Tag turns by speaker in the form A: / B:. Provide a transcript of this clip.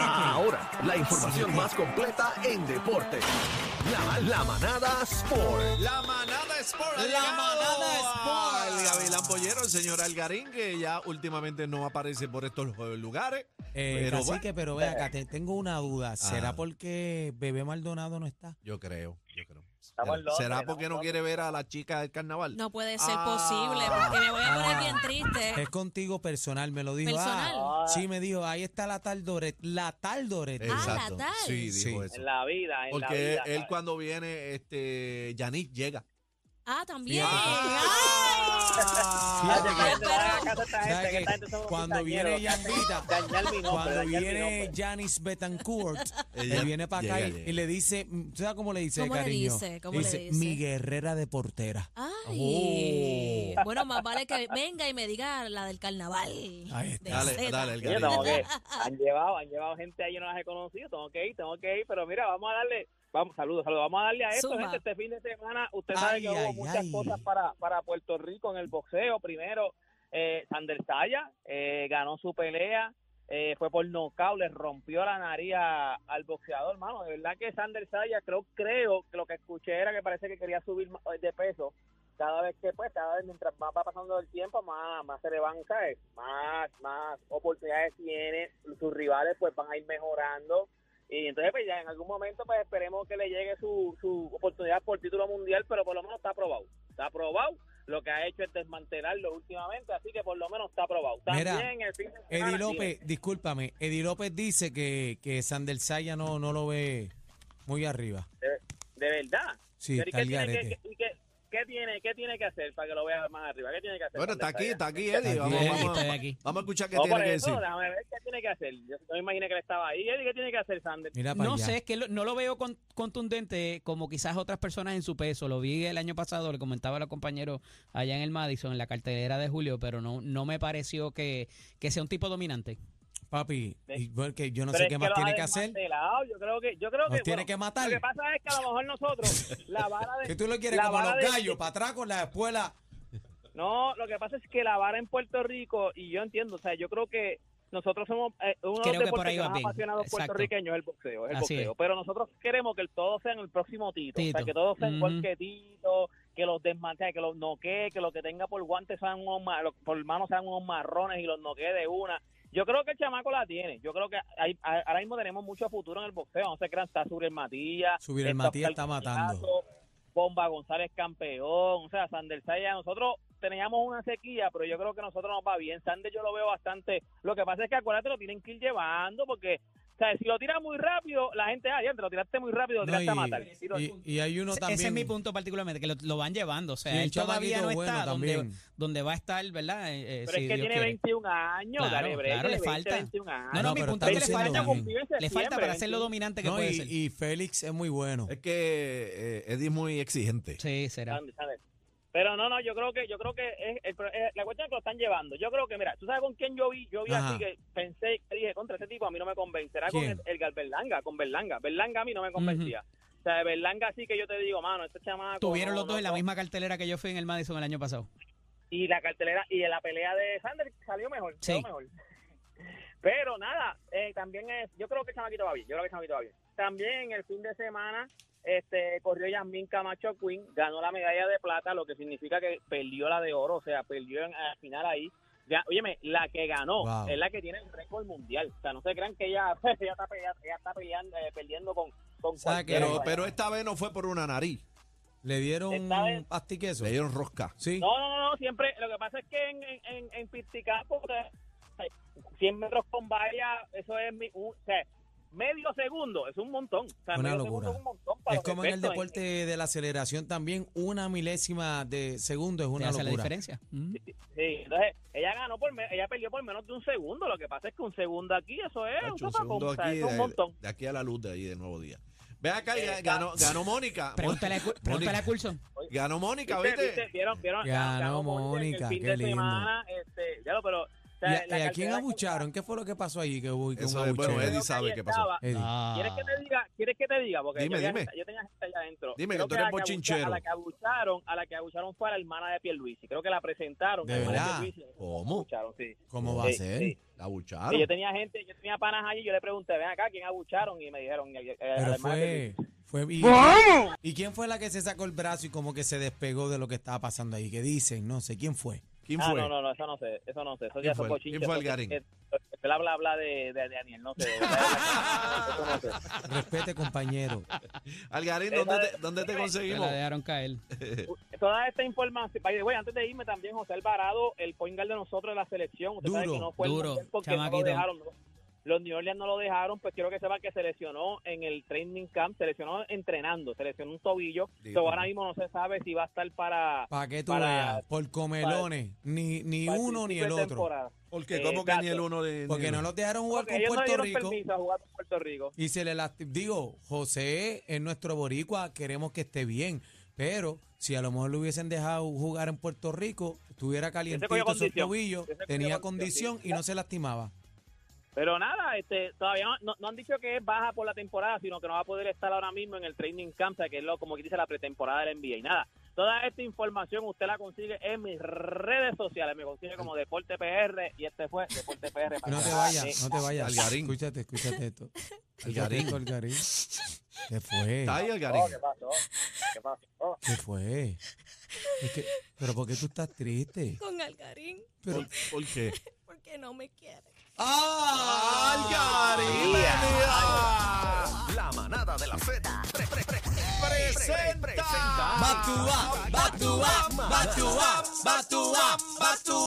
A: Ah, Ahora, la información más completa en deporte. La, la manada Sport.
B: La manada Sport. ha
C: La
B: llegado
C: manada Sport.
B: al Gavilán Pollero, el señor Algarín, que ya últimamente no aparece por estos eh, lugares.
C: Eh,
B: pero Ah.
C: así
B: bueno,
C: que, pero ve acá, te- tengo una duda. ¿Será
B: Ajá.
C: porque Bebé Maldonado no está?
B: yo creo, yo creo.
D: Estamos en Londres,
B: ¿Será
D: estamos
B: porque
D: en
B: no
D: Londres.
B: quiere ver a la chica del carnaval?
E: No puede ser
B: Ah.
E: posible, porque me voy a poner
C: Ah.
E: bien triste.
C: Es contigo personal, me lo dijo.
E: Personal.
C: Ah, sí, me dijo, ahí está la tal Doret. La tal Doret.
E: Ah, la
B: Exacto.
E: tal.
B: sí, dijo
C: Sí.
B: eso.
D: En la vida, en la
B: Porque
D: vida.
B: él
D: ¿sabes?
B: cuando viene, este, Yanis llega.
E: Ah, también.
B: Ah.
C: Fíjate
D: Oye, que
E: Pero-
D: le hagan caso a esta
C: ¿Sabes
D: Ah, gente, que
C: qué?
D: esta gente son unos
C: Cuando viene
D: quinceañeros,
C: Yandita,
D: dañar mi nombre,
C: cuando
D: dañar mi
C: viene
D: nombre.
C: Janice Betancourt,
B: Ella
C: él viene para acá
B: llega,
C: y,
B: llega.
C: y le dice, mm, ¿tú sabes cómo le dice,
E: ¿Cómo le
C: cariño?
E: dice? ¿Cómo le dice?
C: mi guerrera de portera.
E: Ay. Bueno, más vale que venga y me diga la del carnaval.
C: Ahí está.
E: De
B: Dale,
E: Zeta.
B: dale,
D: Oye,
B: Algarín.
D: tengo que, han llevado, han llevado gente ahí, yo no las he conocido, tengo que ir, tengo que ir, pero mira, vamos a darle, vamos, saludos, saludos, vamos a darle a esto,
E: Zumba.
D: gente, este fin de semana, usted sabe
C: Ay,
D: que hubo
C: ay,
D: muchas
C: ay.
D: cosas para, para Puerto Rico en el boxeo, primero, eh, Sander Saya eh, ganó su pelea, eh, fue por nocaut, le rompió la nariz a- al boxeador, hermano, de verdad que Sander Saya, creo, creo que lo que escuché era que parece que quería subir ma- de peso, cada vez que pues, cada vez mientras más va pasando el tiempo, más, más se le van a caer, más, más oportunidades tiene, sus rivales pues van a ir mejorando. Y entonces pues ya en algún momento pues esperemos que le llegue su, su oportunidad por título mundial, pero por lo menos está aprobado, está aprobado. Lo que ha hecho es desmantelarlo últimamente, así que por lo menos está aprobado.
C: Mira,
D: También el fin de semana,
C: Eddie López, discúlpame, Eddie López dice que, que Sander Saya no, no lo ve muy arriba.
D: dime, de verdad.
C: Sí,
D: Pero ¿y
C: está
D: qué
C: al
D: tiene que-
C: garete.
D: y qué- qué tiene, qué tiene que hacer para que lo vea más arriba? ¿Qué tiene que hacer?
B: Bueno, está aquí,
D: Andrés?
B: está aquí, Eddie.
C: Está aquí,
B: Vamos,
C: Eddie,
B: vamos,
C: estoy
B: vamos.
C: aquí.
B: Vamos a escuchar qué
D: No, por
B: tiene que
D: eso,
B: decir.
D: déjame ver qué tiene que hacer. Yo no me imaginé que él estaba ahí. Eddie, ¿Qué tiene que hacer, Sander?
C: Mira para
F: No
C: allá.
F: sé, es que lo- no lo veo con- contundente como quizás otras personas en su peso. Lo vi el año pasado, le comentaba al compañero allá en el Madison, en la cartelera de Julio, pero no, no me pareció que, que sea un tipo dominante.
C: Papi, y porque yo no
D: Pero
C: sé
D: es
C: qué
D: que
C: más
D: lo
C: tiene
D: ha
C: que hacer.
D: desmantelado. Yo creo que, yo creo
C: Nos
D: que,
C: tiene
D: bueno,
C: que matar.
D: Lo que pasa es que a lo mejor nosotros, la vara de.
C: Que tú lo quieres
D: la
C: como los
D: vara de-
C: gallos, para atrás con la espuela.
D: No, lo que pasa es que la vara en Puerto Rico, y yo entiendo, o sea, yo creo que nosotros somos eh, uno de los
F: Creo que por
D: deportes
F: ahí
D: que
F: vas
D: más
F: bien.
D: apasionados
F: Exacto.
D: puertorriqueños es el boxeo, es el
F: Así es.
D: boxeo. Pero nosotros queremos que el todo sea en el próximo tito, o sea,
F: Tito.
D: que todos sean
F: Ujú.
D: igual que Tito, que los desmantele, que los noquee, que lo que tenga por guantes sean unos, ma- lo- por manos sean unos marrones y los noquee de una. Yo creo que el chamaco la tiene. Yo creo que hay- a- ahora mismo tenemos mucho futuro en el boxeo. No se crean, está Suriel Matías.
C: Suriel Matías está
D: Oscar
C: matando.
D: Collazo, Bomba González campeón, o sea, Sander Saya, nosotros teníamos una sequía, pero yo creo que nosotros nos va bien. Sander yo lo veo bastante. Lo que pasa es que acuérdate, lo tienen que ir llevando porque, o sea, si lo tiras muy rápido, la gente, ah, ya, te lo tiraste muy rápido, lo
C: No,
D: tiraste a matar.
C: y-
D: Y lo-
C: y, y hay uno
F: Ese-
C: también.
F: Ese es mi punto particularmente, que lo, lo van llevando. O sea,
C: Sí, un
F: él todavía no
C: chamaquito
F: está
C: bueno
F: donde,
C: también.
F: donde va a estar, ¿verdad? Eh, eh,
D: pero es
F: si
D: que
F: Dios
D: tiene
F: quiere.
D: 21 años,
F: Claro,
D: dale, break,
F: claro, le
D: 20,
F: falta.
D: 21 años.
F: No, no, mi
C: pero
F: punto
C: está
F: es que le
C: luciendo
F: falta,
C: bien.
D: Convive
F: le falta para
D: siempre,
F: ser lo dominante que
C: No,
F: puede
C: y,
F: ser.
C: y Félix es muy bueno.
B: Es que eh, Eddie es muy exigente.
F: sí, será.
D: Sander, Sander. Pero no, no, yo creo que yo creo que es, el pro- eh, la cuestión es que lo están llevando. Yo creo que, mira, tú sabes con quién yo vi, yo vi
C: Ajá.
D: así que pensé, que dije, contra ese tipo a mí no me convencerá
C: ¿Quién?
D: con el, el Berlanga, con Berlanga. Berlanga a mí no me convencía. O sea, Berlanga sí que yo te digo, mano, este chamaco.
F: Tuvieron
D: no,
F: los dos
D: no,
F: en la
D: no.
F: misma cartelera que yo fui en el Madison el año pasado.
D: Y la cartelera, y la pelea de Sander salió mejor,
F: Sí.
D: quedó mejor. Pero nada, eh, también es, yo creo que el chamaquito va bien, yo creo que el chamaquito va bien. También el fin de semana este corrió Yasmín Camacho Queen, ganó la medalla de plata, lo que significa que perdió la de oro, o sea, perdió en- al final ahí. Ya, óyeme, la que ganó
C: Wow.
D: es la que tiene el récord mundial. O sea, no se crean que ella, ella está, peleando, ella está peleando, eh, perdiendo con, con
C: sea, que-
D: cualquiera.
B: Pero, pero esta vez no fue por una nariz.
C: Le dieron
D: Esta vez-
C: un pastiqueso.
B: Le dieron rosca.
C: Sí.
D: No, no, no, no, siempre. Lo que pasa es que en, en, en, en Pisticapo, eh, 100 metros con valla, eso es mi, un- o sea, medio segundo, es un montón. O sea,
C: Una
D: medio
C: locura.
D: segundo es un montón para
C: es
D: los
C: como en el
D: efectos,
C: deporte de la aceleración también, una milésima de segundo es
F: Te
C: una
F: hace la
C: locura.
F: diferencia. Mm. Ujú.
D: sí, entonces ella ganó por, me- ella perdió por menos de un segundo. Lo que pasa es que un segundo aquí, eso es
B: Tacho,
D: un
B: un
D: sopapón,
B: segundo
D: o sea,
B: aquí,
D: eso es un
B: de,
D: montón.
B: de aquí a la luz de ahí de nuevo día. Ve acá, y
D: Eh,
B: ganó, ganó Mónica.
F: Pregúntale, a Cu- pregúntale a Curso.
B: Ganó Mónica,
D: ¿Viste?
B: ¿viste?
D: ¿Viste? ¿Vieron? ¿Vieron?
C: Ganó
D: Mónica en
C: Mónica,
D: El fin
C: qué
D: de
C: lindo.
D: semana, este, ya lo, pero
C: ¿Y
D: sea,
C: a,
D: la
C: y a quién
D: cartera
C: abucharon? ¿Qué fue lo que pasó allí que hubo que
B: Eso
C: un
B: es, bueno,
C: abucheo?
B: Eddie
D: completa,
B: sabe
D: ahí
B: qué pasó.
D: estaba.
C: Eddie.
F: Ah.
D: ¿Quieres que te diga? ¿Quieres que te diga? Porque
B: Dime,
D: yo, tenía
B: dime.
D: Gente, yo tenía gente allá adentro.
B: Dime, que tú
D: a
B: eres
D: la abucha-
B: bochinchero.
D: A la que abucharon, a la que abucharon fue a la hermana de Pierluisi. Creo que la presentaron.
C: ¿De
D: la hermana
C: verdad?
D: Pierluisi.
B: ¿Cómo?
D: Abucharon, sí.
C: ¿Cómo va a
D: Sí,
C: ser?
D: sí.
B: La
D: Sí,
B: abucharon.
D: yo tenía gente, yo tenía panas allí, yo le pregunté, ven acá, ¿quién abucharon? Y me dijeron, eh, eh, a la
C: Pero
D: hermana de Pierluisi.
C: fue... fue y, ¿Y quién fue la que se sacó el brazo y como que se despegó de lo que estaba pasando ahí? Que dicen, no sé, ¿quién fue?
B: ¿Quién
D: Ah,
B: fue?
D: no, no, no, eso no sé, eso no sé, eso
B: ¿Quién
D: ya
B: fue
D: son
B: el-
D: bochinches.
B: quién fue el
D: eso-
B: garín?
D: eh, Bla, bla, bla de, de Daniel, no sé. de verdad, eso no sé.
C: Respete, compañero.
B: Algarín, ¿dónde
D: Esa-
B: te, dónde te
F: Se
B: conseguimos?
F: la dejaron caer.
D: Toda esta información, by the way, antes de irme también, José Alvarado, el point guard de nosotros de la selección, usted sabe
C: Duro,
D: que no fue el
F: duro,
D: Mundial porque no lo
F: chamaquito.
D: dejaron. ¿no? Los New Orleans no lo dejaron, pues quiero que sepan que se lesionó en el training camp, se lesionó entrenando, se lesionó un tobillo,
B: Sí,
D: so
B: sí.
D: ahora mismo no se sabe si va a estar para...
C: Para que tú
D: Para-
C: veas, por comelones, ni, ni
D: para
C: uno ni
D: principio
C: el
D: de
C: otro.
D: temporada.
B: Porque ¿cómo que ni el uno de
C: Porque no los dejaron jugar
D: Porque ellos
C: con
D: no
C: Puerto
D: dieron
C: Rico.
D: permiso a jugar con Puerto Rico.
C: Y se le lastimó. Digo, José es nuestro boricua, queremos que esté bien. Pero si a lo mejor lo hubiesen dejado jugar en Puerto Rico, estuviera calientito
D: cogió
C: esos
D: condición.
C: tobillos,
D: Ese cogió
C: tenía
D: condición,
C: condición
D: sí.
C: y no se lastimaba.
D: Pero nada, este, todavía no, no- no han dicho que es baja por la temporada, sino que no va a poder estar ahora mismo en el training camp, o sea, que es lo, como que dice la pretemporada del NBA. Y nada, toda esta información usted la consigue en mis redes sociales. Me consigue como Deporte PR y este fue Deporte PR. para
C: No te
D: acá.
C: vayas,
D: Sí.
C: no te vayas.
B: Algarín.
C: Escúchate, escúchate esto. Escúchate esto,
B: Algarín.
C: eh, Algarín. ¿Qué fue?
B: Está ahí, Algarín.
D: Oh, ¿Qué pasó? ¿Qué pasó?
C: ¿Qué fue? Es que- pero ¿por qué tú estás triste?
E: Con Algarín,
C: Pero,
B: ¿Por qué?
E: porque no me quiere.
B: ¡Ah, ¡Algarín! venía!
A: La manada de la Z. Pre- pre- pre-
B: ¡Presenta!
A: presenta.
C: Back to back, back to back, back to back, back to back, back to